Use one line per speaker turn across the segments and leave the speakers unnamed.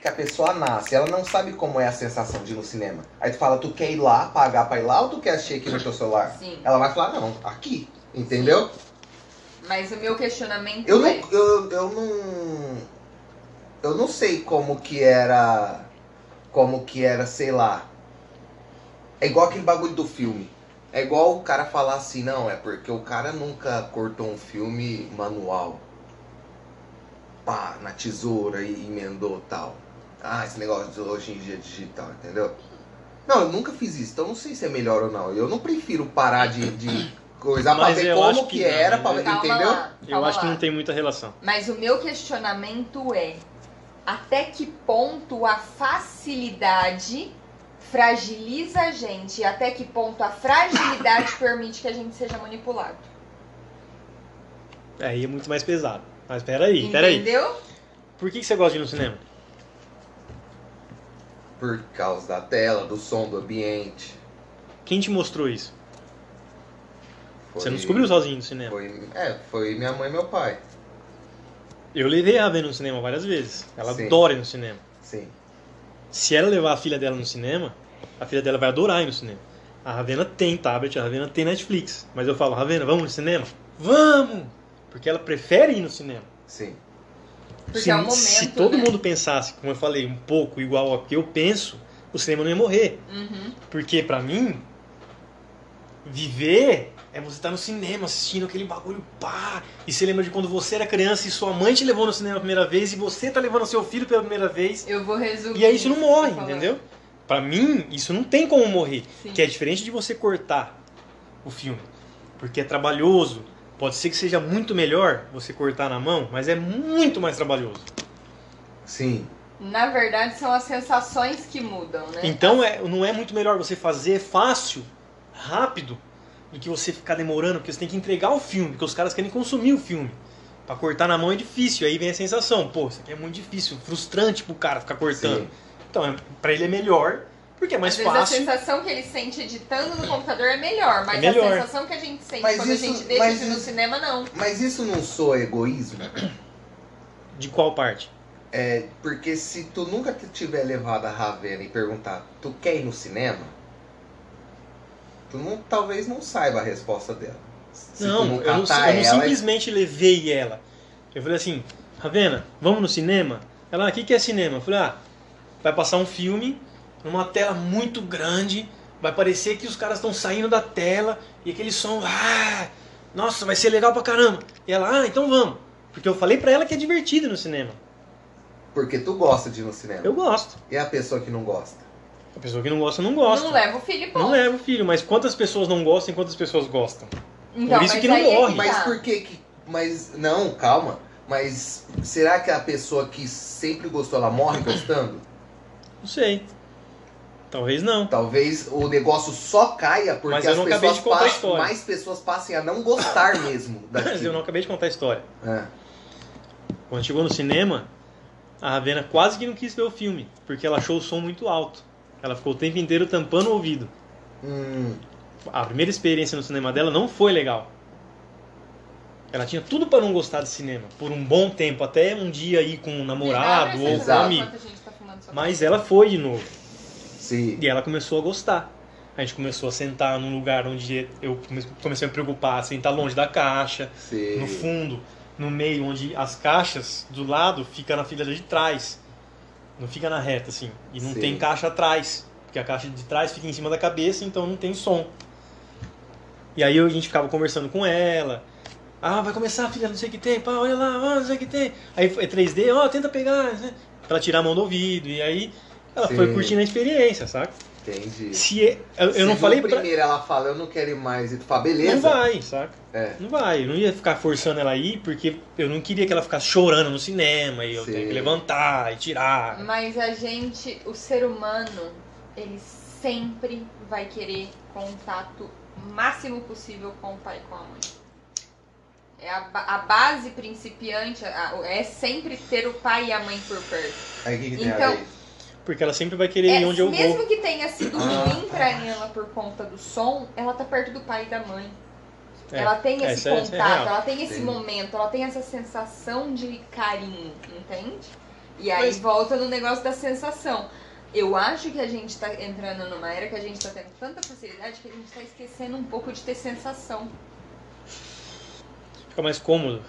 que a pessoa nasce, ela não sabe como é a sensação de ir no cinema. Aí tu fala, tu quer ir lá, pagar pra ir lá ou tu quer assistir aqui no teu celular?
Sim.
Ela vai falar, não, aqui. Entendeu?
Mas o meu questionamento
Eu não,
é.
eu, eu não. Eu não sei como que era. Como que era, sei lá. É igual aquele bagulho do filme. É igual o cara falar assim, não, é porque o cara nunca cortou um filme manual. Pá, na tesoura e emendou tal. Ah, esse negócio de hoje em dia digital, entendeu? Não, eu nunca fiz isso, então eu não sei se é melhor ou não. Eu não prefiro parar de, de coisar pra
Mas
ver
eu acho
como
que
que
não,
era,
né?
pra ver-
Calma
entendeu?
lá,
Eu
calma
acho que
lá.
não tem muita relação.
Mas o meu questionamento é até que ponto a facilidade fragiliza a gente e até que ponto a fragilidade permite que a gente seja manipulado.
Aí é muito mais pesado. Mas peraí, peraí.
Entendeu?
Por que, que você gosta de ir no cinema?
Por causa da tela, do som, do ambiente.
Quem te mostrou isso?
Foi-
Você não descobriu sozinho no cinema.
Foi, é, foi minha mãe e meu pai.
Eu levei a ver no cinema várias vezes. Ela
Sim.
adora ir no cinema.
Sim.
Se ela levar a filha dela no cinema, a filha dela vai adorar ir no cinema. A Ravena tem tablet, a Ravena tem Netflix. Mas eu falo, Ravena, vamos no cinema? Vamos! Porque ela prefere ir no cinema.
Sim.
Porque
se,
é o momento,
se todo
né?
mundo pensasse, como eu falei, um pouco igual ao que eu penso, o cinema não ia morrer.
Uhum.
Porque pra mim, viver é você estar no cinema assistindo aquele bagulho pá. E você lembra de quando você era criança e sua mãe te levou no cinema a primeira vez e você tá levando seu filho pela primeira vez.
Eu vou resumir.
E aí isso não
que
morre,
você falou.
entendeu? Pra mim, isso não tem como morrer.
Sim.
Que é diferente de você cortar o filme. Porque é trabalhoso. Pode ser que seja muito melhor você cortar na mão, mas é muito mais trabalhoso.
Sim.
Na verdade, são as sensações que mudam, né?
Então é, não é muito melhor você fazer fácil, rápido, do que você ficar demorando, porque você tem que entregar o filme, porque os caras querem consumir o filme. Pra cortar na mão é difícil, aí vem a sensação, pô, isso aqui é muito difícil, frustrante pro cara ficar cortando.
Sim.
Então, é, pra ele é melhor, porque é mais
Às vezes a
fácil.
sensação que ele sente editando no computador é melhor, mas
É melhor.
a sensação que a gente sente
Mas
quando
isso-
a gente deixa
mas
de ir no
isso-
cinema, não.
Mas isso não soa egoísmo?
De qual parte?
É, porque se tu nunca te tiver levado a Ravena e perguntar, tu quer ir no cinema? Tu não, talvez não saiba a resposta dela. Se tu
não, eu não,
catar
eu
ela,
não
é
simplesmente levei ela. Eu falei assim, Ravena, vamos no cinema? Ela, ah, o que, que é cinema? Eu falei, ah, vai passar um filme numa tela muito grande, vai parecer que os caras estão saindo da tela e aquele som, ah, nossa, vai ser legal pra caramba. E ela, ah, então vamos. Porque eu falei pra ela que é divertido ir no cinema.
Porque tu gosta de ir no cinema.
Eu gosto.
E a pessoa que não gosta?
A pessoa que não gosta, não gosta.
Não é leva o filho e
Não
ponto.
leva o filho, mas quantas pessoas não gostam e quantas pessoas gostam?
Então,
Por isso
mas
que não
aí é
morre.
que
Mas
tá.
por que que. Mas. Não, calma. Mas será que a pessoa que sempre gostou, ela morre gostando?
Não sei. Talvez não.
Talvez o negócio só caia porque
Mas eu
as
não acabei
pessoas
de contar a
passem-
história.
mais pessoas passem a não gostar mesmo
Mas eu
daquilo.
não acabei de contar a história.
É.
Quando chegou no cinema, a Ravena quase que não quis ver o filme, porque ela achou o som muito alto. Ela ficou o tempo inteiro tampando o ouvido.
Hum,
A primeira experiência no cinema dela não foi legal. Ela tinha tudo para não gostar de cinema, por um bom tempo, até um dia aí com um namorado
Abre essa
ou com um
Exato.
janela
amigo.
enquanto a gente tá falando sobre
Mas ela foi de novo.
sim.
E ela começou a gostar. A gente começou a sentar num lugar onde eu come- comecei a me preocupar, sentar longe da caixa,
sim.
no fundo, no meio, onde as caixas do lado fica na fileira de trás. Não fica na reta, assim. E não
Sim.
tem caixa atrás. Porque a caixa de trás fica em cima da cabeça, então não tem som. E aí a gente ficava conversando com ela. Ah, vai começar, filha, não sei o que tem. Pá, olha lá, ó, não sei o que tem. Aí é 3D, ó, tenta pegar. Né? Pra tirar a mão do ouvido. E aí ela foi
Sim.
curtindo a experiência, saca?
Entendi.
Se, é- eu, eu
Se
não
no
falei pra,
primeiro ela fala, eu não quero ir mais. E tu fala, beleza.
não vai, saca?
É.
Não vai. Eu não ia ficar forçando ela a ir, porque eu não queria que ela ficasse chorando no cinema e eu
Sim.
tenho que levantar e tirar.
Mas a gente, o ser humano, ele sempre vai querer contato máximo possível com o pai e com a mãe. É a, ba- a base principiante a- é sempre ter o pai e a mãe por perto.
Aí o que, que tem
Então-
a ver?
Porque ela sempre vai querer
É,
ir onde eu
mesmo
vou.
que tenha sido
Ah.
ruim pra ela por conta do som, ela tá perto do pai e da mãe.
É,
ela tem esse
essa é- essa é
contato,
real.
ela tem esse
Sim.
momento, ela tem essa sensação de carinho, entende? E aí
Mas-
volta no negócio da sensação. Eu acho que a gente tá entrando numa era que a gente tá tendo tanta facilidade que a gente tá esquecendo um pouco de ter sensação.
Fica mais cômodo,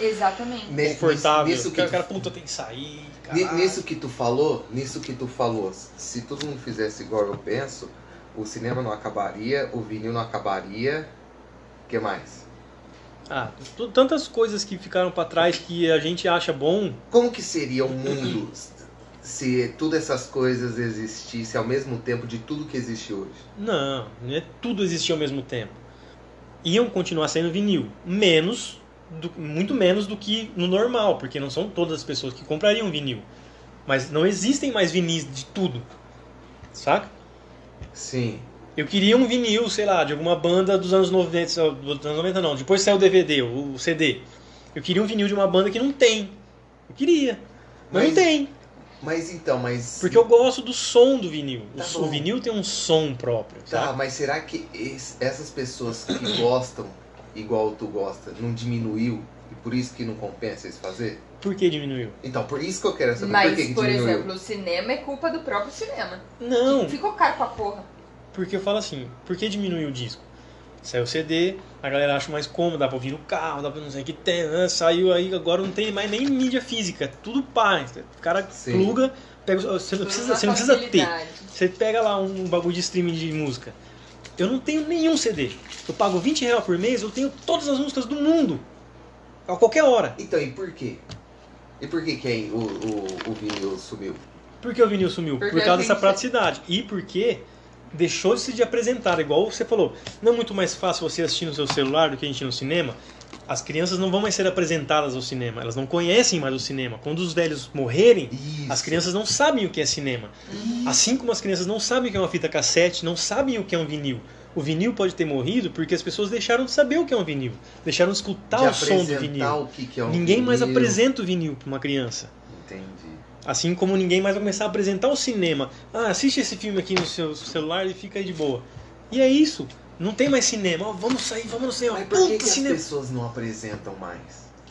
Exatamente.
Ne-
confortável.
Nisso, nisso
Isso que...
que,
O cara, puta, tem que sair,
Ni-
cara.
Nisso que tu falou, nisso que tu falou, se todo mundo fizesse igual eu penso, o cinema não acabaria, o vinil não acabaria. O que mais?
Ah, tu- tantas coisas que ficaram pra trás que a gente acha bom.
Como que seria o mundo se todas essas coisas existissem ao mesmo tempo de tudo que existe hoje?
Não, né? tudo existia ao mesmo tempo. Iam continuar sendo vinil. Menos, do- muito menos do que no normal, porque não são todas as pessoas que comprariam vinil. Mas não existem mais vinis de tudo. Saca?
Sim.
Eu queria um vinil, sei lá, de alguma banda dos anos 90, dos anos 90 não, depois saiu o DVD, o o CD. Eu queria um vinil de uma banda que não tem. Eu queria. Mas,
Mas-
não tem,
Mas então, mas.
porque eu gosto do som do vinil. O
Tá
so-
bom.
o, vinil tem um som próprio,
Tá,
sabe?
mas será que es- essas pessoas que gostam igual tu gosta não diminuiu? E por isso que não compensa eles fazer?
Por que diminuiu?
Então, por isso que eu quero saber por
Mas,
que, que
por
diminuiu.
exemplo, o cinema é culpa do próprio cinema.
Não.
Ficou caro pra porra.
Porque eu falo assim, por que diminuir o disco? Saiu o CD, a galera acha mais cômodo, dá pra ouvir no carro, dá pra não sei o que tem, né? saiu aí, agora não tem mais nem mídia física, é tudo pá. O cara
Sim.
pluga, pega, o- você não precisa, você não precisa ter. Você pega lá um bagulho de streaming de música. Eu não tenho nenhum CD. Eu pago 20 reais por mês, eu tenho todas as músicas do mundo. A qualquer hora.
Então, e por quê? E por que que aí o, o, o vinil sumiu?
Por que o vinil sumiu?
Porque
Por causa
a gente-
dessa praticidade. E porque deixou-se de apresentar, igual você falou. Não é muito mais fácil você assistir no seu celular do que a gente ir no cinema? As crianças não vão mais ser apresentadas ao cinema. Elas não conhecem mais o cinema. Quando os velhos morrerem,
Isso.
as crianças não sabem o que é cinema. Assim como as crianças não sabem o que é uma fita cassete, não sabem o que é um vinil. O vinil pode ter morrido porque as pessoas deixaram de saber o que é um vinil. Deixaram de escutar
de
tá o som do
apresentar
vinil.
O que que é um
Ninguém mais
vinil.
apresenta o vinil para uma criança.
Entendi.
Assim como ninguém mais vai começar a apresentar o cinema. Ah, assiste esse filme aqui no seu celular e fica aí de boa. E é isso. Não tem mais cinema. Ó, vamos sair, vamos no cinema.
Mas por que,
Então, Puta,
que as
cinema.
pessoas não apresentam mais?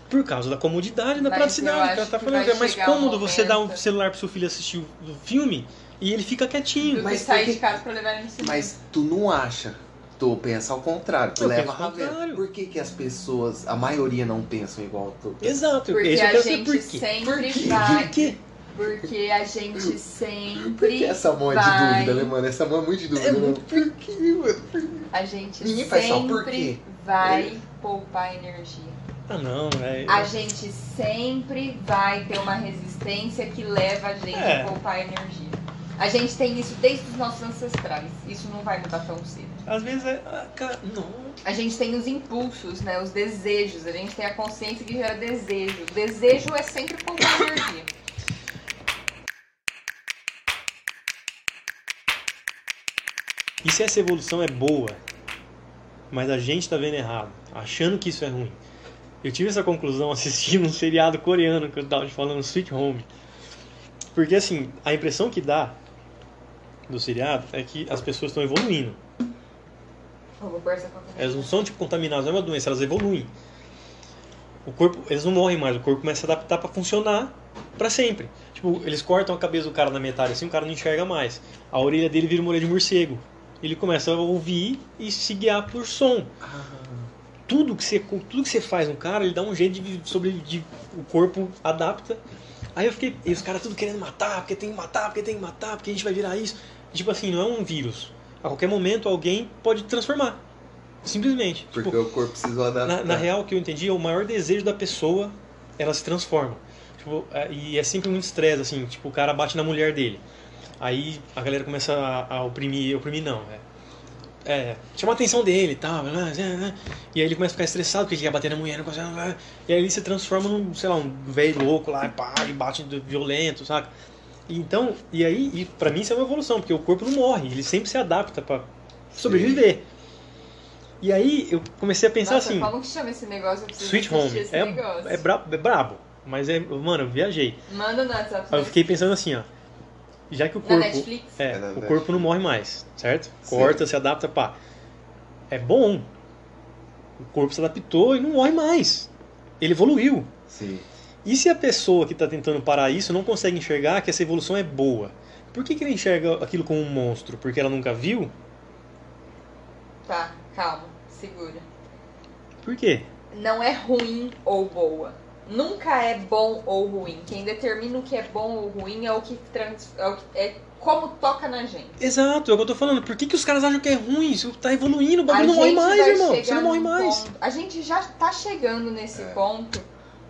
Por causa da comodidade, da
Mas eu
praticidade. O cara
acho
tá
que
falando que é
vai
mais
chegar um
cômodo você dar um
momento-
celular pro seu filho assistir o o filme e ele fica quietinho.
Do
Mas
que sair
porque-
de casa pra levar ele no cinema.
Mas tu não acha. Tu pensa ao contrário. Tu
Eu
leva
penso
a
ao contrário.
Por que que as pessoas, a maioria não pensam igual tu?
Exato.
Porque
isso eu
a
quero
gente
saber por quê.
Por
sempre
quê?
vai.
Por quê?
Porque a gente
Por que
sempre.
essa mão é de
vai.
dúvida, né, mano? Essa mão é muito de dúvida,
É
né? Por que, mano?
A gente
Ninguém faz só por
sempre
quê? É.
vai poupar energia.
Ah, não. É...
A gente sempre vai ter uma resistência que leva a gente
É.
a poupar energia. A gente tem isso desde os nossos ancestrais. Isso não vai mudar tão cedo.
Às vezes é. ah, cara, não.
A gente tem os impulsos, né? Os desejos. A gente tem a consciência que gera desejo. Desejo é sempre poupar energia.
E se essa evolução é boa, mas a gente tá vendo errado, achando que isso é ruim. Eu tive essa conclusão assistindo um seriado coreano que eu tava te falando, Sweet Home. Porque assim, a impressão que dá do seriado é que as pessoas estão evoluindo.
Eu vou conversar com a
Elas não são tipo contaminadas, não é uma doença, elas evoluem. O corpo, eles não morrem mais, o corpo começa a se adaptar pra funcionar pra sempre. Tipo, eles cortam a cabeça do cara na metade assim, o cara não enxerga mais. A orelha dele vira uma orelha de morcego. Ele começa a ouvir e se guiar por som. Ah, Tudo que você, tudo que você faz no cara, ele dá um jeito de sobre de, o corpo adapta. Aí eu fiquei, e os caras tudo querendo matar, porque tem que matar, porque tem que matar, porque a gente vai virar isso. Tipo assim, não é um vírus. A qualquer momento alguém pode transformar. Simplesmente.
Porque
Tipo,
o corpo precisou adaptar.
na, na real, o que eu entendi é o maior desejo da pessoa, ela se transforma. Tipo, é- e é sempre muito estresse, assim, tipo, o cara bate na mulher dele. Aí a galera começa a, a oprimir, oprimir não, é, é, chama a atenção dele e tal, blá, blá, blá. e aí ele começa a ficar estressado porque ele quer bater na mulher, não consegue, blá, blá. e aí ele se transforma num, sei lá, um velho louco lá, e pá, e bate do- violento, saca? E Então, e aí, e pra mim isso é uma evolução, porque o corpo não morre, ele sempre se adapta pra sobreviver. E aí eu comecei a pensar
Nossa,
assim...
como que chama esse negócio? Eu preciso
Sweet
assistir
Home
Esse
é,
negócio.
é, bra- é brabo, mas é, mano, eu viajei.
Manda no WhatsApp.
Aí eu fiquei pensando assim, ó, já que o
Na
corpo,
Netflix?
é,
É na
o corpo não morre mais, certo?
Sim.
Corta, se adapta, pá. É bom. O corpo se adaptou e não morre mais. Ele evoluiu.
Sim.
E se a pessoa que está tentando parar isso não consegue enxergar que essa evolução é boa? Por que, que ele enxerga aquilo como um monstro? Porque ela nunca viu?
Tá, calma, segura.
Por quê?
Não é ruim ou boa. Nunca é bom ou ruim. Quem determina o que é bom ou ruim é o que, trans... é, o que... é como toca na gente.
Exato, é o que eu tô falando. Por que, que os caras acham que é ruim? Isso tá evoluindo, o
A
bagulho não morre
gente
mais,
vai
irmão.
chegar
Você não morre
num
mais.
ponto- a gente já tá chegando nesse
É.
ponto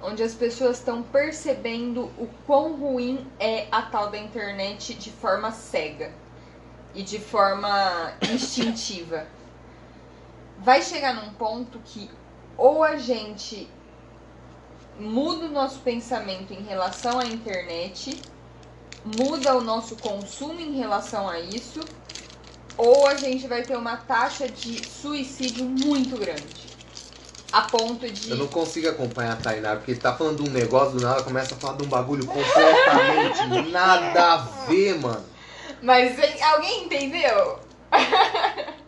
onde as pessoas estão percebendo o quão ruim é a tal da internet de forma cega e de forma instintiva. Vai chegar num ponto que ou a gente muda o nosso pensamento em relação à internet, muda o nosso consumo em relação a isso, ou a gente vai ter uma taxa de suicídio muito grande. A ponto de.
Eu não consigo acompanhar a Tainá, porque tá falando de um negócio, do nada começa a falar de um bagulho completamente nada a ver, mano.
Mas hein, alguém entendeu?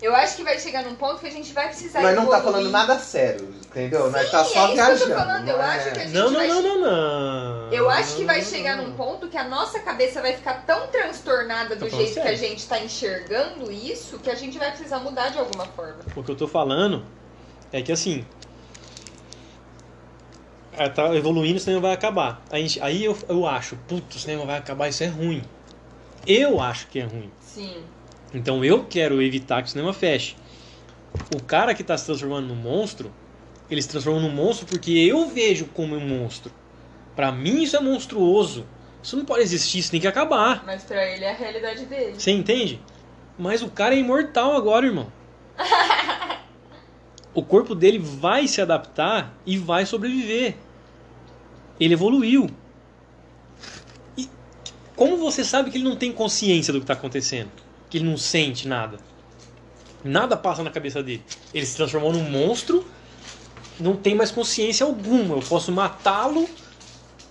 Eu acho que vai chegar num ponto que a gente vai precisar.
Nós não tá
evoluir.
falando nada sério, entendeu? Nós tá
Sim,
só
é isso que eu tô
viajando.
falando, eu
não
acho
é-
que a gente
Não, não,
vai-
não, não, não.
Eu acho que vai
Não,
chegar
não.
num ponto que a nossa cabeça vai ficar tão transtornada do
Tô falando
jeito que a
sério.
gente tá enxergando isso que a gente vai precisar mudar de alguma forma.
O que eu tô falando é que assim. ah, Tá evoluindo, o cinema vai acabar. Aí, aí eu, eu acho, puto, o cinema vai acabar, isso é ruim. Eu acho que é ruim.
Sim.
Então eu quero evitar que o cinema feche. O cara que está se transformando num monstro, ele se transforma num monstro porque eu vejo como um monstro. Pra mim isso é monstruoso. Isso não pode existir, isso tem que acabar.
Mas pra ele é a realidade dele.
Você entende? Mas o cara é imortal agora, irmão. o corpo dele vai se adaptar e vai sobreviver. Ele evoluiu. E como você sabe que ele não tem consciência do que está acontecendo? Que ele não sente nada? Nada passa na cabeça dele. Ele se transformou num monstro, não tem mais consciência alguma. Eu posso matá-lo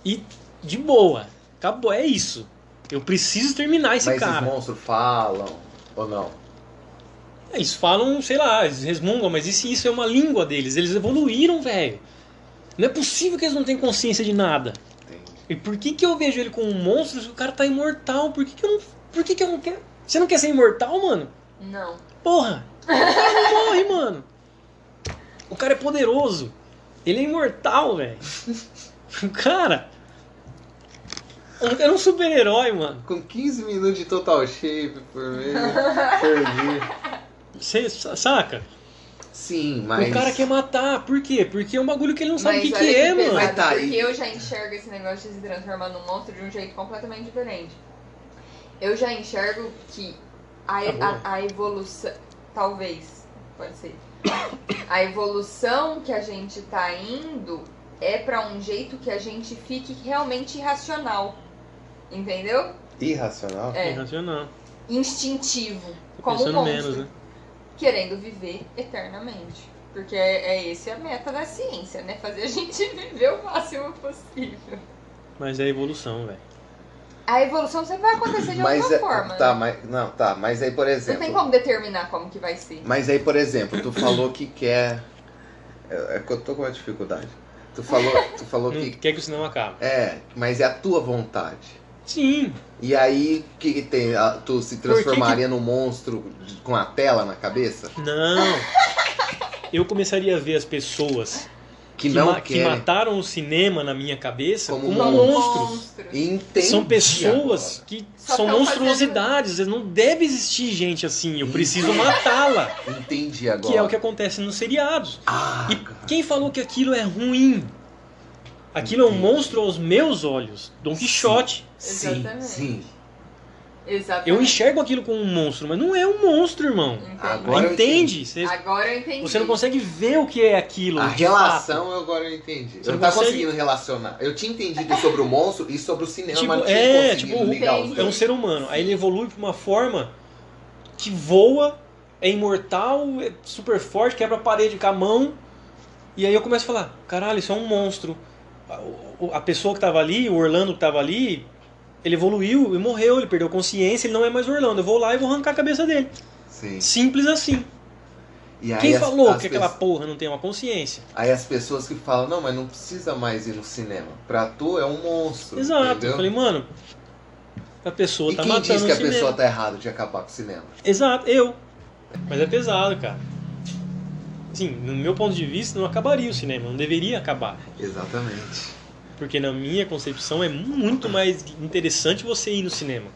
e de boa. Acabou, é isso. Eu preciso terminar esse
Mas
cara.
os monstros falam, ou não?
É, Eles falam, sei lá, eles resmungam, mas isso, isso é uma língua deles. Eles evoluíram, velho. Não é possível que eles não tenham consciência de nada.
Entendi.
E por que, que eu vejo ele como um monstro se o cara tá imortal? Por que, que eu não. Por que, que eu não quero. Você não quer ser imortal, mano?
Não.
Porra! O cara não morre, mano! O cara é poderoso! Ele é imortal, velho! O cara. Era um super-herói, mano.
Com 15 minutos de total shape por mês, perdi.
Você sa- saca?
Sim, mas.
O cara quer matar. Por quê? Porque é um bagulho que ele não sabe o
Mas
que,
olha
que é,
pesado,
mano.
Mas tá,
Porque
e-
eu já enxergo esse negócio de se transformar num monstro de um jeito completamente diferente. Eu já enxergo que a,
Tá bom.
a- a evolução. Talvez, pode ser. A evolução que a gente tá indo é pra um jeito que a gente fique realmente irracional. Entendeu?
Irracional?
É.
Irracional.
Instintivo.
Tô
Como um
pensando
monstro.
menos, né?
Querendo viver eternamente. Porque é, é esse a meta da ciência, né? Fazer a gente viver o máximo possível.
Mas é evolução, velho.
A evolução sempre vai acontecer de
Mas
alguma
é,
forma.
tá,
né?
mas não, tá, mas aí por
Não
exemplo,
tem como determinar como que vai ser.
mas aí por exemplo, tu falou que quer é é que eu tô com uma dificuldade. Tu falou, tu falou
Não
que
Hum, quer que o cinema acabe.
é, mas é a tua vontade.
Sim.
E aí o que, que tem A- tu se
que que-
transformaria num monstro com a tela na cabeça
Não. Eu começaria a ver as pessoas
que, não
ma- que
querem.
mataram o cinema na minha cabeça
Como
como,
Como
monstros.
Entendi
São pessoas
agora.
que
Só
são
tão
monstruosidades. Não deve existir gente assim. Eu preciso matá-la.
Entendi agora.
Que é o que acontece nos seriados.
Ah,
E
cara.
quem falou que aquilo é ruim? Aquilo é um
Entendi.
monstro aos meus olhos. Don
Sim.
Quixote.
Sim,
Exatamente.
sim.
Exatamente.
Eu enxergo aquilo como um monstro, mas não é um monstro, irmão.
Entendi.
Agora- eu
Entende? Você
Agora eu entendi.
Você não consegue ver o que é aquilo.
A
de fato.
relação eu agora eu entendi.
Você
eu não
não
tava
consegue-
conseguindo relacionar. Eu tinha entendido sobre o monstro e sobre o cinema,
Tipo,
mas não tinha
é,
conseguido
tipo,
ligar os
entende.
É um
dois.
ser humano. Aí ele evolui pra uma forma que voa, é imortal, é super forte, quebra a parede com a mão. E aí eu começo a falar: caralho, isso é um monstro. A- o- A pessoa que tava ali, o Orlando que tava ali, ele evoluiu e morreu, ele perdeu consciência, ele não é mais Orlando. Eu vou lá e vou arrancar a cabeça dele.
Sim.
Simples assim.
E aí
Quem
as-
falou
as
que
pessoas-
aquela porra não tem uma consciência?
Aí as pessoas que falam, não, mas não precisa mais ir no cinema. Pra tu é um monstro.
Exato.
entendeu?
Eu falei, mano, a pessoa
e
tá
quem
matando
diz que
o
a
cinema.
pessoa tá errada de acabar com o cinema?
Exato, eu. Mas é pesado, cara. Assim, no meu ponto de vista, não acabaria o cinema, não deveria acabar.
Exatamente.
Porque na minha concepção é muito mais interessante você ir no cinema.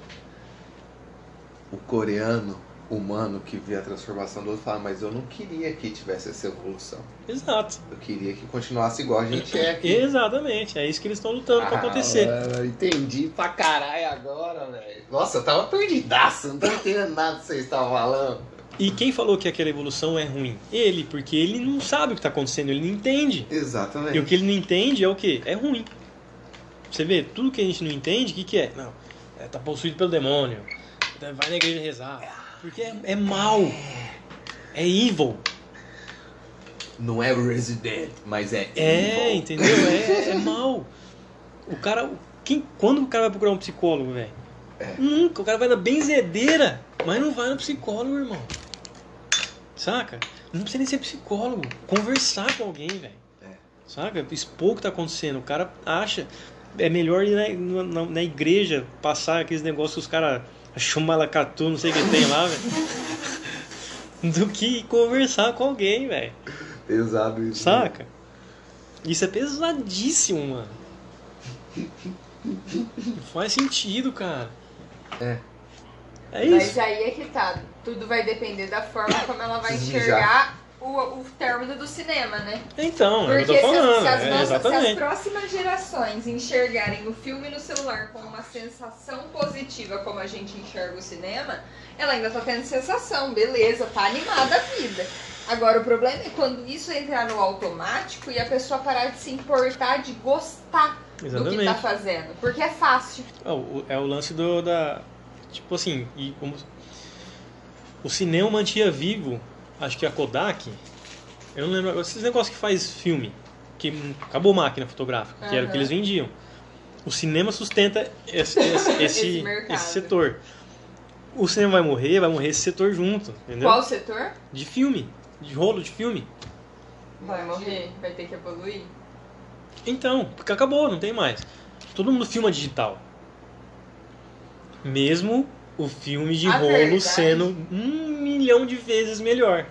O coreano humano que vê a transformação do outro fala, mas eu não queria que tivesse essa evolução.
Exato.
Eu queria que continuasse igual a gente é aqui.
Exatamente. É isso que eles estão lutando pra acontecer.
Ah, entendi pra caralho agora, velho. Nossa, eu tava perdidaço, não tô entendendo nada que vocês estavam falando.
E quem falou que aquela evolução é ruim? Ele, porque ele não sabe o que tá acontecendo, ele não entende.
Exatamente.
E o que ele não entende é o quê? É ruim. Você vê, tudo que a gente não entende, o que, que é? Não, é, tá possuído pelo demônio. Vai na igreja rezar. Porque é, é mal. É evil.
Não é Resident, mas é.
É,
Evil.
entendeu? É, é mal. O cara. o- Quem, quando o cara vai procurar um psicólogo, velho?
É.
Nunca. O cara vai na benzedeira, mas não vai no psicólogo, irmão. Saca? Não precisa nem ser psicólogo. Conversar com alguém, velho.
É.
Saca? Expor o que tá acontecendo. O cara acha. É melhor ir na, na, na igreja passar aqueles negócios que os caras. Chumalacatu, não sei o que tem lá, velho. Do que conversar com alguém, velho. então.
Pesado isso.
Saca? Isso é pesadíssimo, mano. Não faz sentido, cara.
É.
É
Mas
isso.
aí é que tá. Tudo vai depender da forma como ela vai
Preciso
enxergar o, o término do cinema, né?
Então, é o
Porque
que eu
se,
tô falando.
as, se, as
é,
nossas- se as
exatamente.
próximas gerações enxergarem o filme no celular como uma sensação positiva, como a gente enxerga o cinema, ela ainda tá tendo sensação, beleza, tá animada a vida. Agora, o problema é quando isso entrar no automático e a pessoa parar de se importar, de gostar do que tá
Exatamente.
fazendo. Porque é fácil.
É o, é o lance do. Da, tipo assim, e como- o cinema mantinha vivo, acho que a Kodak. Eu não lembro agora. Esses negócios que faz filme, que hum, acabou máquina fotográfica, que era o
Aham.
que eles vendiam. O cinema sustenta esse, esse, esse-
mercado.
esse setor. O cinema vai morrer, vai morrer esse setor junto, entendeu?
Qual setor?
De filme, de rolo de filme.
Vai morrer, vai ter que evoluir.
Então, porque acabou, não tem mais. Todo mundo filma digital. Mesmo o filme de
A
rolo
verdade-
sendo um milhão de vezes melhor.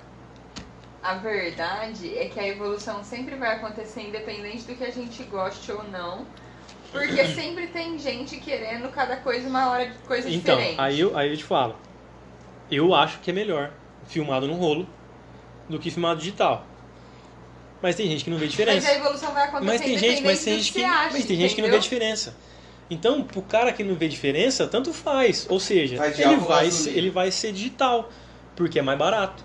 A verdade é que a evolução sempre vai acontecer independente do que a gente goste ou não. Porque sempre tem gente querendo cada coisa uma hora de coisa
Então,
diferente.
aí eu, aí eu te falo. Eu acho que é melhor filmado no rolo do que filmado digital. Mas tem gente que não vê
Mas a
diferença.
evolução vai acontecer
Mas tem gente,
independente
mas tem
do
gente
que
que,
você acha,
mas tem gente que não vê
entendeu?
diferença. Então, pro cara que não vê diferença, tanto faz. Ou seja,
Faz de
ele
álcool
vai,
azul.
ser, ele vai ser digital, porque é mais barato.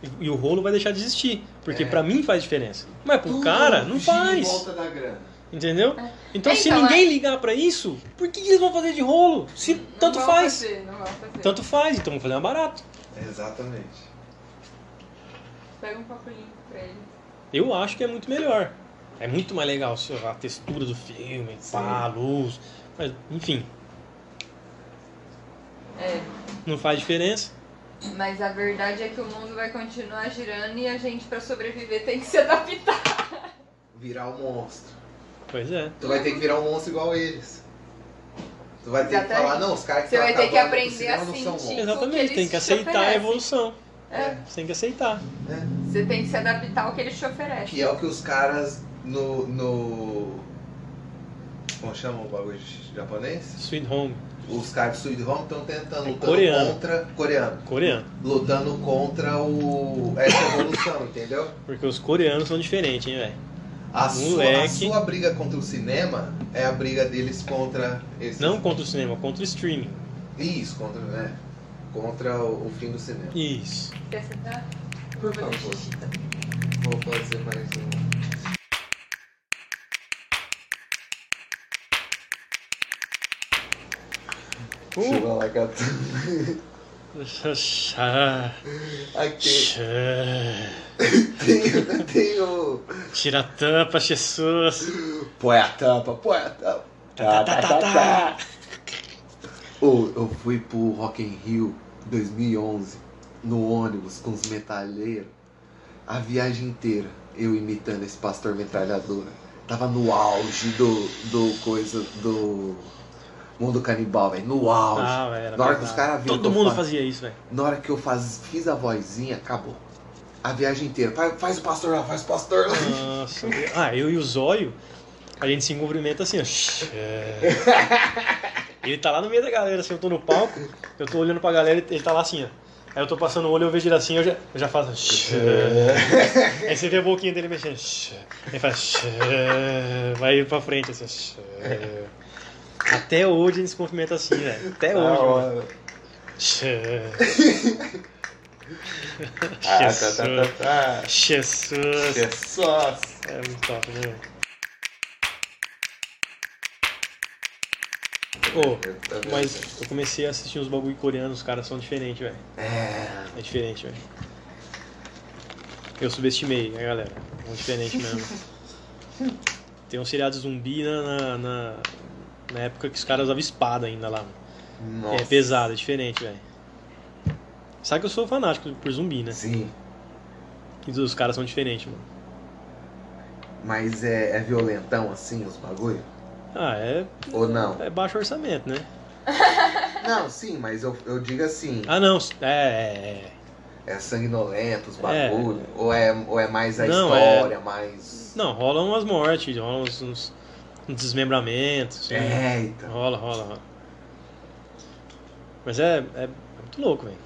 E, e o rolo vai deixar de existir, porque
É.
pra mim faz diferença. Mas pro cara, não faz.
da grana.
Entendeu? Então,
É,
se
então,
ninguém ligar pra isso, por que que eles vão fazer de rolo? Se
Não
tanto
vão
faz.
fazer, não vão fazer.
Tanto faz, então vamos fazer mais barato.
Exatamente.
Pega um copo limpo pra ele.
Eu acho que é muito melhor. É muito mais legal sei lá, a textura do filme, pá, a luz. Mas, enfim,
É.
não faz diferença.
Mas a verdade é que o mundo vai continuar girando e a gente, pra sobreviver, tem que se adaptar.
Virar um monstro.
Pois é.
Tu vai ter que virar um monstro igual eles. Tu vai ter que
Exatamente.
falar, não, os caras que
Você
tá
vai ter que
acabando com o
aprender
cinema
a
não são
sentir.
bons.
Exatamente,
eles
tem que
te
aceitar a
oferecem.
evolução.
É.
Você tem que aceitar.
Você tem que se adaptar ao que eles te oferecem.
Que é o que os caras no. no... Como chama o bagulho de japonês?
Sweet Home,
Os caras do Sweet Home estão tentando, lutando
É coreano.
contra. Coreano.
coreano.
Lutando contra o, essa evolução, entendeu?
Porque os coreanos são diferentes, hein, velho?
A sua, a
Moleque.
sua briga contra o cinema é a briga deles contra esse.
Não contra o cinema, contra o streaming.
Isso, contra, né? Contra o, o fim do cinema.
Isso.
Quer sentar?
Por
Vou fazer
favor.
xixi.
Vou fazer mais um.
Uh.
Chuva lacatu. Aqui tem, tem o.
Tira a tampa, Jesus.
Põe a tampa, põe a tampa. Tá, tá, tá, tá. Ô, eu fui pro Rock in Rio 2011. no ônibus com os metalheiros, a viagem inteira, eu imitando esse pastor metralhadora. Tava no auge do, do coisa do mundo canibal, velho. No auge.
Ah, velho. era
Na hora que
pesado.
os caras viram que
Todo
eu
mundo
fa-
fazia isso, velho.
Na hora que eu faz, fiz a vozinha, acabou. A viagem inteira. Faz, faz o pastor lá, faz o pastor lá.
Nossa. ah, eu e o Zóio, a gente se cumprimenta assim, ó. Ele tá lá no meio da galera, assim, eu tô no palco, eu tô olhando pra galera, ele tá lá assim, ó. Aí eu tô passando o olho, eu vejo ele assim, eu já, eu já faço.
É.
Aí você vê a boquinha dele mexendo. Ele faz. Vai pra frente, assim. Até hoje a gente se cumprimenta assim, velho.
Tá
Até hoje, mano.
Ah, tá, tá,
É,
tá, tá.
Jesus.
Jesus.
É muito top, né? velho? Ô, mas eu comecei a assistir uns bagulho coreano, os caras são diferentes, velho.
É.
É diferente, velho. Eu subestimei a galera. É diferente mesmo. Tem um seriado zumbi na, na, na, na época que os caras usavam espada ainda lá. mano.
Nossa.
É pesado, é diferente, velho. Sabe que eu sou fanático por zumbi, né?
Sim,
E os caras são diferentes, mano.
mas é, é violentão assim os bagulho?
Ah, é,
Ou não?
é baixo orçamento, né?
Não, sim, mas eu, eu digo assim,
Ah, não. É, é, é.
é sanguinolento os bagulho? Ou, é, ou é mais a
Não, é-
história, mais...
Não, rolam umas mortes, rolam uns, uns- uns desmembramentos. né?
É, então.
Rola, rola, rola. Mas é, é muito louco, velho.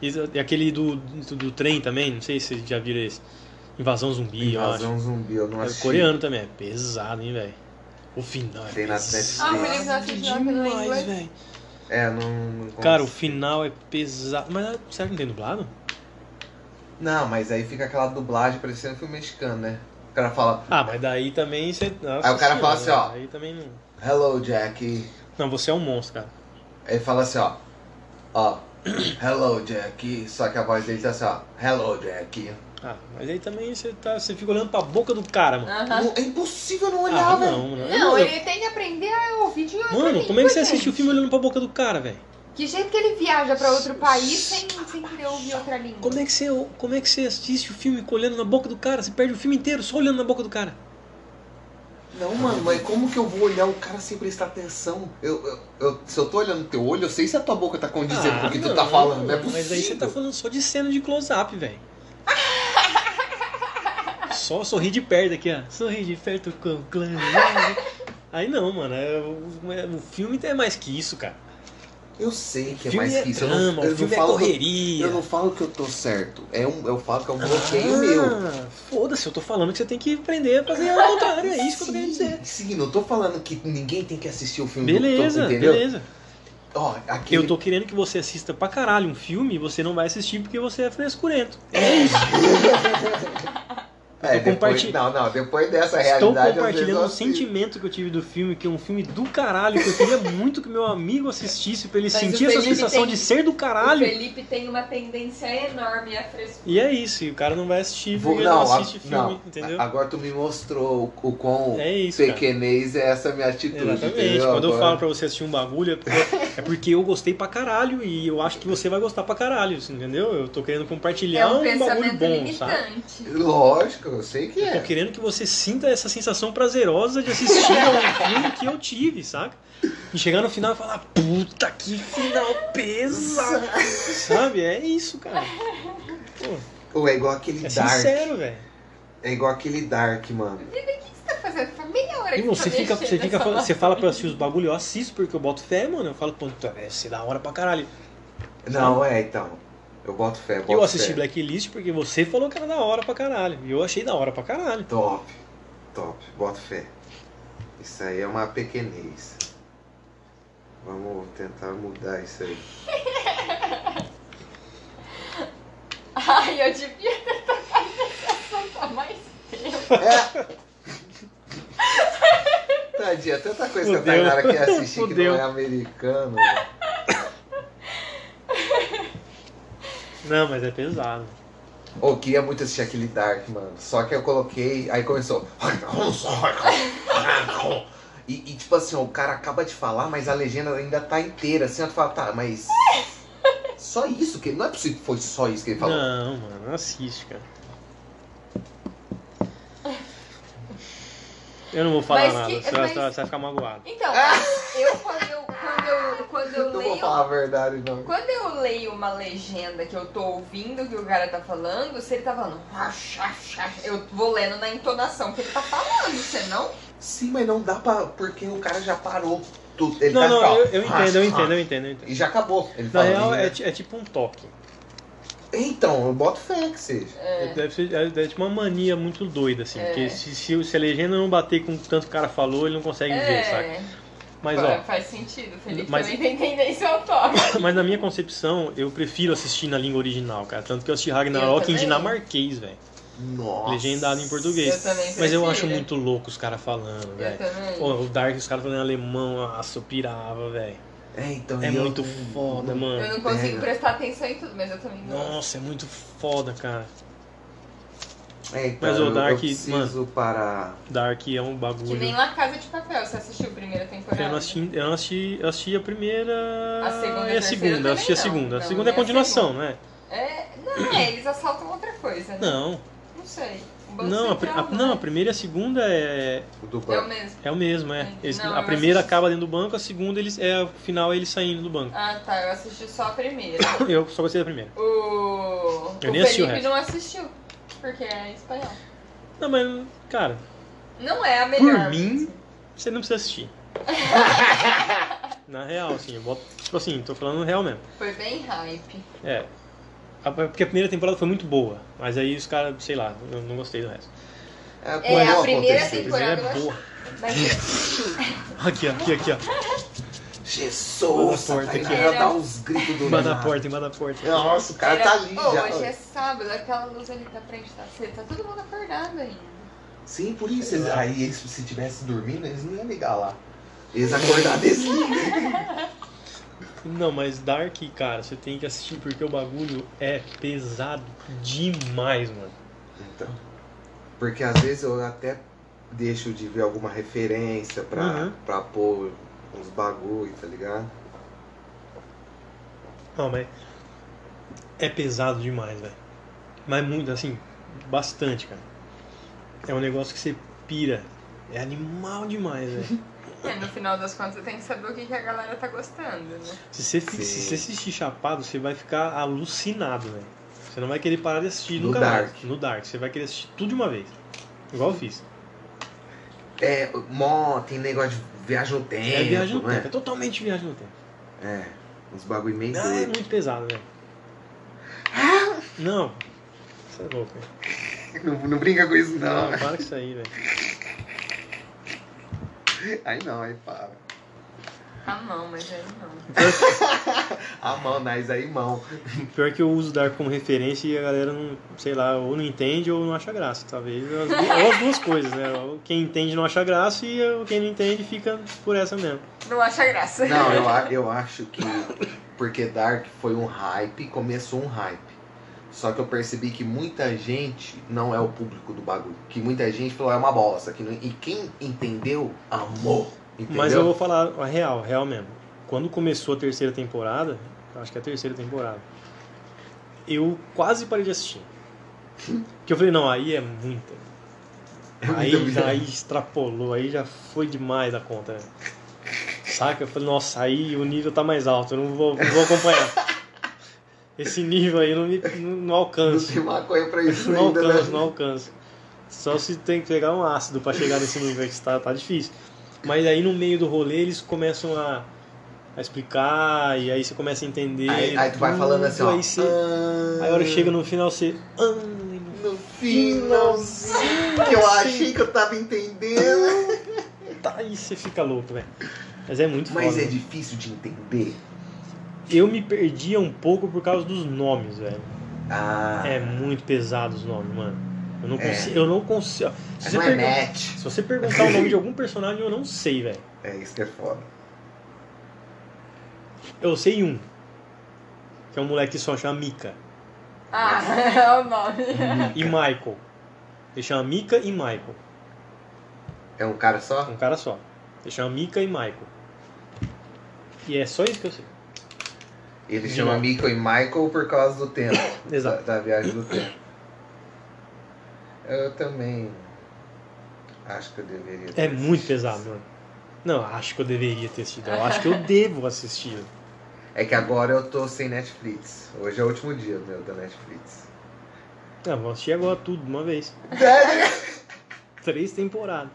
E, e aquele do, do, do trem também, não sei se vocês já viram esse. Invasão zumbi,
Invasão zumbi, eu não
eu acho.
assisti.
É coreano também, é pesado, hein, velho. O final é
Tem na
pesado
Netflix. Ah, Felipe, eu assisti lá que não é
demais,
inglês.
velho.
É, não... não
Cara, o
consigo.
final é pesado. Mas será que não tem dublado?
Não, mas aí fica aquela dublagem parecendo filme mexicano, né? O cara fala,
Ah, mas daí também você.
Aí o cara fala assim, ó.
Aí também não.
hello, Jack.
Não, você é um monstro, cara.
Aí fala assim, ó. Ó. Hello, Jack. Só que a voz dele tá assim, ó. Hello, Jack.
Ah, mas aí também você, tá, você fica olhando pra boca do cara, mano.
Aham.
Não- é impossível não olhar,
Ah,
velho.
não, mano. Eu
Ah, Não,
não-
ele tem que aprender a ouvir de outra
Mano,
língua,
como é que você
gente?
assiste o filme olhando pra boca do cara, velho?
Que jeito que ele viaja pra outro país sem, sem querer ouvir outra língua?
Como é que você, como é que você assiste o filme olhando na boca do cara? Você perde o filme inteiro só olhando na boca do cara.
Não, mano, mas como que eu vou olhar o cara sem prestar atenção? Eu, eu, eu- se eu tô olhando teu olho, eu sei se a tua boca tá condizendo com o que tu tá
Ah, não,
falando. Não é possível.
Mas aí você tá falando só de cena de close-up, velho. Só sorri de perto aqui, ó. Sorri de perto com o clã. né? Aí não, mano. é- o, é- o filme é mais que isso, cara.
Eu sei que
O
é
filme
mais
é
que isso. Eu
drama,
não, eu
o
não
filme é
falo que eu,
correria.
eu não falo que eu tô certo. É um, eu falo que é um bloqueio
ah,
meu.
Foda-se, eu tô falando que você tem que aprender a fazer ao contrário. É isso que eu tô querendo dizer.
Sim, não tô falando que ninguém tem que assistir o filme
Beleza,
do entendeu?
beleza.
Ó, aquele...
Eu tô querendo que você assista pra caralho um filme e você não vai assistir porque você é frescurento. É isso.
É,
tô
depois...
comparti-
Não, não, depois dessa
Estou
realidade... às vezes
compartilhando
eu
um
assisto.
sentimento que eu tive do filme, que é um filme do caralho, que eu queria muito que meu amigo assistisse pra ele
Mas o
sentir essa
Felipe
sensação
tem-
de ser do
O
caralho.
Felipe tem uma tendência enorme à frescura.
E é isso, e o cara não vai assistir
Vou-
porque ele não
a-
assiste filme,
não,
entendeu?
Agora tu me mostrou o, o quão
É isso, cara.
pequenez é essa minha atitude.
Exatamente.
entendeu?
Quando eu
Agora-
falo pra você assistir um bagulho, é porque, é porque eu gostei pra caralho e eu acho que você vai gostar pra caralho, assim, entendeu? Eu tô querendo compartilhar
É um,
bagulho
pensamento
bom, sabe?
limitante.
Lógico, eu sei que
Eu tô
é.
querendo que você sinta essa sensação prazerosa de assistir a um filme que eu tive, saca? E chegar no final e falar, puta que final pesado! Sabe? É isso, cara. Pô,
Ou é igual aquele
é
Dark.
sincero, velho.
É igual aquele Dark, mano.
Você tá fazendo foi meia hora
E
que tá
você fica,
mexendo
você fica
nessa
falando,
lata.
você fala pra eu assistir os bagulho, eu assisto porque eu boto fé, mano. Eu falo, pô, deve ser é da hora pra caralho.
Não, é, então. Eu boto fé, boto
Eu assisti
fé.
Blacklist porque você falou que era da hora pra caralho. E eu achei da hora pra caralho.
Top, top, boto fé. Isso aí é uma pequenez. Vamos tentar mudar isso aí.
Ai, eu devia ter tentado essa mais tempo.
É! Tadinha, tanta coisa que a
Fudeu.
Tainara quer assistir que
Fudeu.
não é americano. né?
Não, mas é pesado.
Ô, eu queria muito assistir aquele Dark, mano. Só que eu coloquei, aí começou. E, e, tipo assim, ó, o cara acaba de falar, mas a legenda ainda tá inteira. Assim, ó, tu fala, tá, mas. Só isso que não é possível que foi só isso que ele falou.
Não, mano, não assiste, cara. Eu não vou falar
Mas
nada,
que-
você, vai-
mas-
você vai ficar magoado.
Então,
Ah!
eu quando eu, quando eu, quando eu
não vou
leio
falar a verdade, não.
Quando eu leio uma legenda que eu tô ouvindo o que o cara tá falando, se ele tá falando, "Racha, racha", eu vou lendo na entonação que ele tá falando, você não?
Sim, mas não dá pra. Porque o cara já parou tudo. Ele tá
não, não,
só,
eu, eu entendo, eu
"Ah,
entendo, eu entendo, eu entendo.
E já acabou. Ele
Na
fala,
real, é,
né?
ti- é tipo um toque.
Então, eu boto fé que seja.
É. Deve, ser, é- deve ser uma mania muito doida, assim.
É.
Porque se, se, se a legenda não bater com o tanto que o cara falou, ele não consegue
É.
ver, saca? Mas,
fa-
ó,
faz sentido, Felipe
Mas-
também tem tendência ao toque.
Mas na minha concepção, eu prefiro assistir na língua original, cara. Tanto que eu assisti Ragnarok em
também.
dinamarquês, velho.
Nossa.
Legendado em português.
Eu também
Mas eu
prefiro.
acho muito louco os caras falando,
Eu
velho.
também.
É. Pô, o Dark, os caras falando em alemão, nossa, eu pirava, velho.
É, então,
É
e eu
muito
não- não-
foda,
eu
mano.
não consigo
pega.
prestar atenção em tudo, mas eu também gosto.
Nossa, é muito foda, cara.
É, então,
Mas o
eu- eu,
Dark,
preciso parar.
Dark é um
Que nem
bagulho.
La Casa de Papel, você assistiu a primeira temporada?
Eu não assisti, eu não assisti, eu assisti a primeira
A segunda
e
e
a
a
segunda.
terceira
Eu assisti a
também não.
segunda. A
Não,
segunda
nem
é
a
continuação, né?
É, não, é, eles assaltam outra coisa, né?
Não.
Não, sei. O Banco
Não, a, pri- a-
Central,
não, a
né?
primeira e a segunda é,
O do
É o
banco.
mesmo.
É o mesmo, é. Eles-
Não,
a
eu
primeira
assisti-
acaba dentro do banco, a segunda eles, é o final é eles saindo do banco.
Ah, tá, eu assisti só a primeira.
Eu só gostei da primeira.
O, o
Eu nem assisti o
Felipe
resto.
não assistiu, porque é em espanhol.
Não, mas, cara,
Não é a melhor.
Por mim?
música.
você não precisa assistir. Na real, assim, eu boto. Tipo assim, tô falando real mesmo.
Foi bem hype.
É. A- Porque a primeira temporada foi muito boa, mas aí os caras, sei lá, eu não gostei do resto.
É, a
como
primeira
aconteceu.
A primeira é
Temporada eu
boa.
Hum,
Mas é
Aqui, aqui, aqui, ó.
Jesus,
Manda a porta
Satanás,
aqui.
já dá uns gritos do
Manda a
nada.
porta, manda a porta.
Nossa, o cara tá
era-
ali
Ô,
já.
Hoje é sábado, aquela luz ali tá frente da seta, tá todo mundo acordado ainda.
Sim, por isso. eles- Aí eles, se tivesse dormindo, eles não iam ligar lá. Eles acordaram desse
Não, mas Dark, cara, você tem que assistir porque o bagulho é pesado demais, mano.
Então. Porque às vezes eu até deixo de ver alguma referência pra,
Uhum.
pra pôr uns bagulho, tá ligado?
Não, mas é pesado demais, velho. Mas muito, assim, bastante, cara. É um negócio que você pira. É animal demais, velho.
É, no final das contas tem que saber o que, que a galera tá gostando, né?
Se você, fi-
Sim.
se você assistir chapado, você vai ficar alucinado, velho. Você não vai querer parar de assistir
No
nunca
Dark.
mais. No Dark. Você vai querer assistir tudo de uma vez. Igual eu fiz.
É, mó, tem negócio de viagem no tempo,
É, viagem no
não é?
tempo. É totalmente viagem no tempo.
É, uns bagulho meio
Ah, é
doido.
muito pesado, velho.
Ah!
Não. Você é louco, velho.
Não, não brinca com isso não.
Não, para com isso aí, velho.
Aí não, aí para.
Ah, não, mas aí não.
A mão, nós aí mão.
Pior que eu uso Dark como referência e a galera não, sei lá, ou não entende ou não acha graça, talvez. As du- ou as duas coisas, né? Ou Quem entende não acha graça e eh, quem não entende fica por essa mesmo.
Não acha graça.
Não, eu, a- eu acho que porque Dark foi um hype, começou um hype. Só que eu percebi que muita gente não é o público do bagulho. Que muita gente falou, é uma bosta. Que não- E quem entendeu, amou. Entendeu?
Mas eu vou falar a real, a real mesmo. Quando começou a terceira temporada, eu acho que é a terceira temporada, eu quase parei de assistir. Porque eu falei, não, aí é muita.
É muita
Aí,
coisa.
aí extrapolou, aí já foi demais da conta, né? Saca? Eu falei, nossa, aí o nível tá mais alto, eu não vou, não vou acompanhar. Esse nível aí eu não, me, não, não
Não
alcanço.
tem maconha pra isso
Não
ainda,
alcanço,
né?
não alcanço. Só se tem que pegar um ácido pra chegar nesse nível que tá, tá difícil. Mas aí no meio do rolê eles começam a, a explicar e aí você começa a entender.
Aí, aí tu vai
tudo,
falando assim, ó.
Aí, você,
"Ah,
aí a hora que chega no final você. "Ah,
no finalzinho. Que eu achei que eu tava entendendo.
tá", Aí você fica louco, velho. Mas é muito
Mas
foda.
é difícil de entender.
Eu me perdia um pouco por causa dos nomes, velho.
Ah,
É muito pesado os nomes, mano. Eu não
É.
consigo. Eu não consigo. Se você,
não é
pergun-
match.
se você perguntar o nome de algum personagem, eu não sei, velho.
É isso que é foda.
Eu sei um. Que é um moleque que só chama Mika.
Ah, é o nome.
E Michael. Ele chama Mika e Michael.
É um cara só?
Um cara só. Ele chama Mika e Michael. E é só isso que eu sei.
Ele
De
chama
novo.
Michael e Michael por causa do tempo.
Exato.
Da, da viagem do tempo. Eu também acho que eu deveria.
É
ter
muito
assistido.
pesado, mano. Não, acho que eu deveria ter assistido. Eu acho que eu devo assistir.
É que agora eu tô sem Netflix. Hoje é o último dia meu da Netflix.
Não, vou assistir agora tudo, de uma vez. Três temporadas.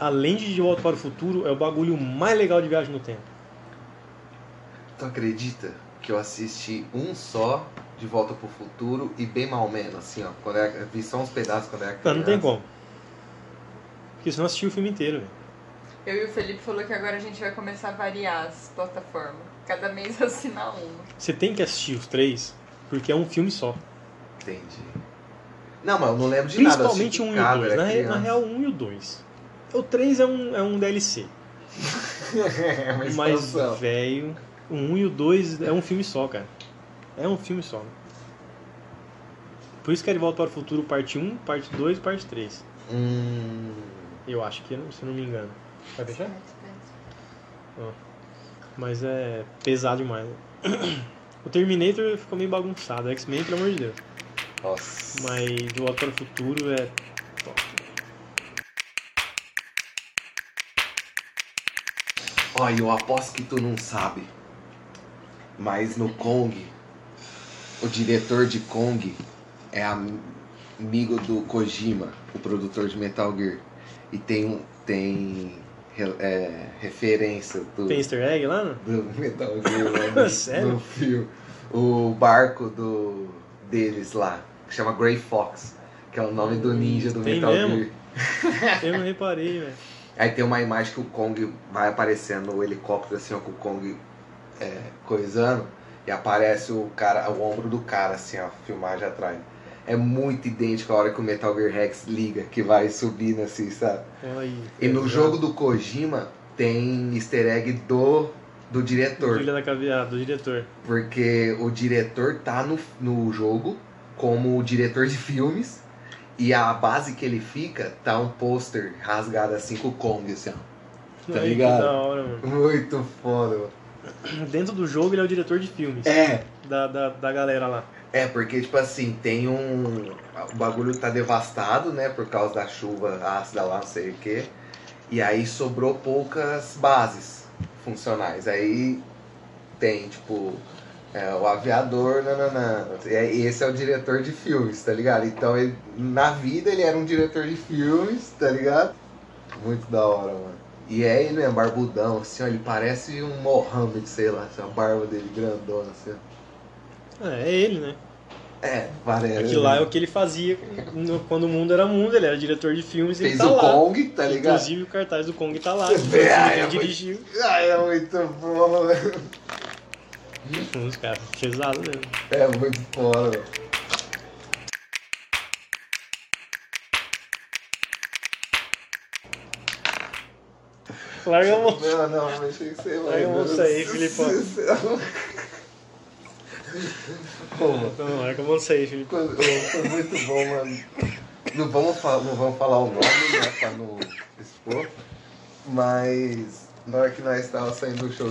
Além de De Volta para o Futuro, é o bagulho mais legal de Viagem no Tempo.
tu acredita que eu assisti um só de Volta pro Futuro e bem mal menos, assim, ó. Quando era, vi só uns pedaços quando era
Não,
criança.
não tem como. Porque senão eu assisti o filme inteiro, velho.
Eu e o Felipe falou que agora a gente vai começar a variar as plataformas. Cada mês assinar uma.
Você tem que assistir os três, porque é um filme só.
Entendi. Não, mas eu não lembro de nada. eu assisti
Principalmente um e o
cada,
dois.
era
Na, re- na
é criança.
real, um e o dois. O três é um, é um DLC.
é uma
Mas,
expansão.
velho, o um e o dois é um filme só, cara. É um filme só. Por isso que é De Volta para o Futuro, parte 1, parte 2 e parte 3.
Hum,
Eu acho que, se eu não me engano. Vai deixar? Mas é pesado demais. O Terminator ficou meio bagunçado. X-Men, pelo amor de Deus.
nossa.
Mas De Volta para o Futuro é top.
Olha, eu aposto que tu não sabe. Mas no Kong, o diretor de Kong é am- amigo do Kojima, o produtor de Metal Gear. E tem, um- tem re- é, referência do,
Tem easter egg lá, não?
do Metal Gear né? lá no-
Sério?
no filme. O barco do, deles lá, que chama Grey Fox, que é o nome do ninja do
Hum, Tem
Metal
mesmo?
Gear.
Eu não reparei, velho.
Aí tem uma imagem que o Kong vai aparecendo, o helicóptero assim, ó, com o Kong é, coisando, e aparece o cara, o ombro do cara, assim, ó, filmagem atrás. É muito idêntico à hora que o Metal Gear Rex liga, que vai subindo assim, sabe?
Olha aí.
E no
Pesado.
jogo do Kojima tem easter egg do, do diretor.
Do Ilha da Caveira, do diretor.
Porque o diretor tá no, no jogo como o diretor de filmes. E a base que ele fica tá um pôster rasgado assim com o Kong, assim, ó. Tá
Aí, que
ligado?
Da hora, mano.
Muito foda, mano.
Dentro do jogo ele é o diretor de filmes.
É,
Da, da, da galera lá.
é, porque, tipo assim, tem um. O bagulho tá devastado, né? Por causa da chuva ácida lá, não sei o quê. E aí sobrou poucas bases funcionais. Aí tem, tipo. é, o aviador, nananã. E aí esse é o diretor de filmes, tá ligado? Então, ele- na vida, ele era um diretor de filmes, tá ligado? Muito da hora, mano. E é ele mesmo, barbudão, assim, ó. Ele parece um Mohammed, sei lá. Assim, a barba dele grandona, assim, ó.
Ah, é ele, né?
É, parece.
Aquilo lá é o que ele fazia no- quando o mundo era mundo. Ele era diretor de filmes e ele
Fez
tá
o
lá.
Kong, tá ligado?
Inclusive o cartaz do Kong tá lá.
É,
ele
é muito-
dirigiu.
Ah, é muito bom. velho.
Uns caras pesados mesmo.
É muito foda. velho.
Larga a mão.
Não, não, mas achei que você
Aí eu vou sair, Filipão.
Pô, mano,
Não, larga a mão disso aí, Felipe.
foi foi muito bom, mano. Não vamos, fa- não vamos falar o nome, né, pra não expor. Mas na hora que nós estávamos saindo do show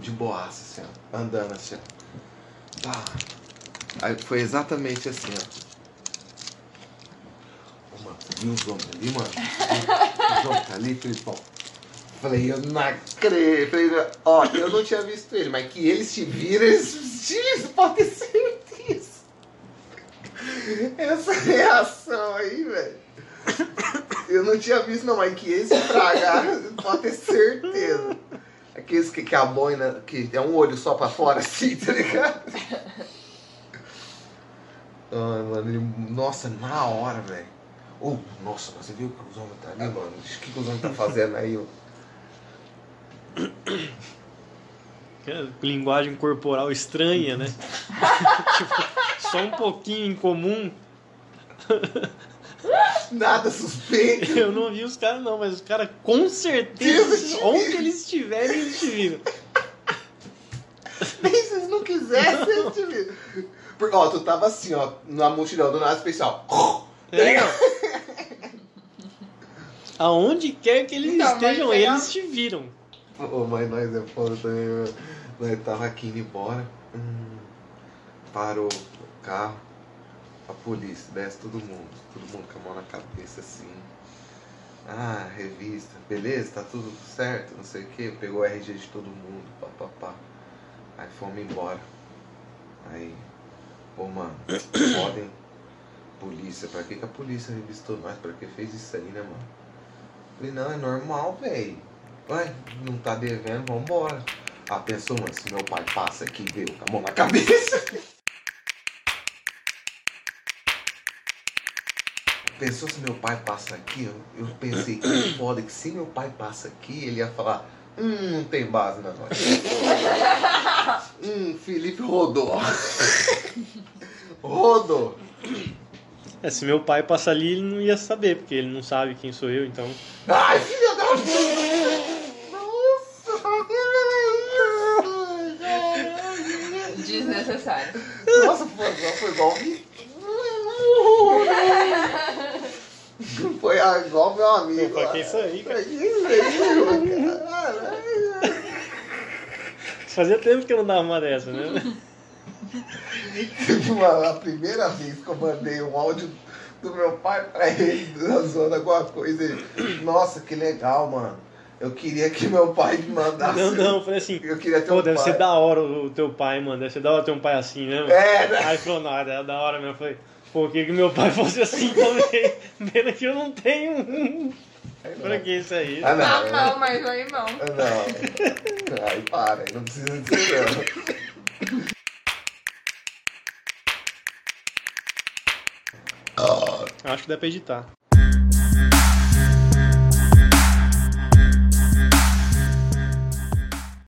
de boaça, assim, ó, andando assim, ó. Pá. Aí foi exatamente assim, ó. Ô, mano, você viu os homens ali, mano? Os homens tá ali, Filipão. Falei, eu não acredito. Falei, ó, eu não tinha visto ele, mas que eles te viram, eles te pode ter certeza. Essa reação aí, velho. Eu não tinha visto, não, mas que eles estragaram, pode ter certeza. Aqueles que, que a boina, que é um olho só pra fora, assim, tá ligado? Ai, mano, ele- nossa, na hora, velho. Ô, nossa, mas você viu que os homens tá ali, mano? O que, que os homens tá fazendo aí, ó?
É, Linguagem corporal estranha, né? tipo, só um pouquinho incomum.
Nada suspeito.
Eu não vi os caras não, mas os caras com certeza, onde eles estiverem, eles te viram.
Nem se eles não quisessem, eles te viram. Por- Ó, tu tava assim, ó, na multidão do nada especial.
É, não. Aonde quer que eles
Então, mas
estejam,
Então,
pegar-
eles te viram.
Ô, mas nós é foda também, mano. Aí tava aqui indo embora. Hum, parou o carro. A polícia, desce todo mundo. Todo mundo com a mão na cabeça assim. Ah, revista, beleza, tá tudo certo, não sei o que. Pegou o RG de todo mundo, papapá. Aí fomos embora. Aí, ô mano, podem. Polícia, pra que, que a polícia revistou nós? Pra que fez isso aí, né, mano? Falei, não, é normal, velho. Ué, não tá devendo, vambora. A pessoa, mano, se meu pai passa aqui, deu com a mão na cabeça. Pensou se meu pai passa aqui? Eu, eu pensei que é foda que se meu pai passa aqui, ele ia falar: Hum, não tem base na nós. hum, Felipe rodou. rodou.
É, se meu pai passar ali, ele não ia saber, porque ele não sabe quem sou eu, então.
Ai, filha da Nossa!
Desnecessário.
Nossa, foi, foi igual Foi igual meu amigo.
Opa, que isso aí, cara.
Que isso aí, mano? Caralho.
Fazia tempo que eu não dava uma dessa, né?
Teve uma- a primeira vez que eu mandei um áudio do meu pai pra ele, zoando alguma coisa. Ele, Nossa, que legal, mano. Eu queria que meu pai me mandasse.
Não, não, eu falei assim.
Eu queria ter
Pô,
um
deve
pai.
ser da hora o teu pai, mano. Deve ser da hora ter um pai assim, né? Mano?
É, né?
Aí ele falou, nada, é da hora mesmo. Eu falei, pô, eu queria que meu pai fosse assim também. Pena que eu não tenho um. Pra que é isso aí?
Ah,
Ah,
não.
não, mas meu irmão.
Não. Aí para, aí não precisa dizer não.
Acho que dá pra editar.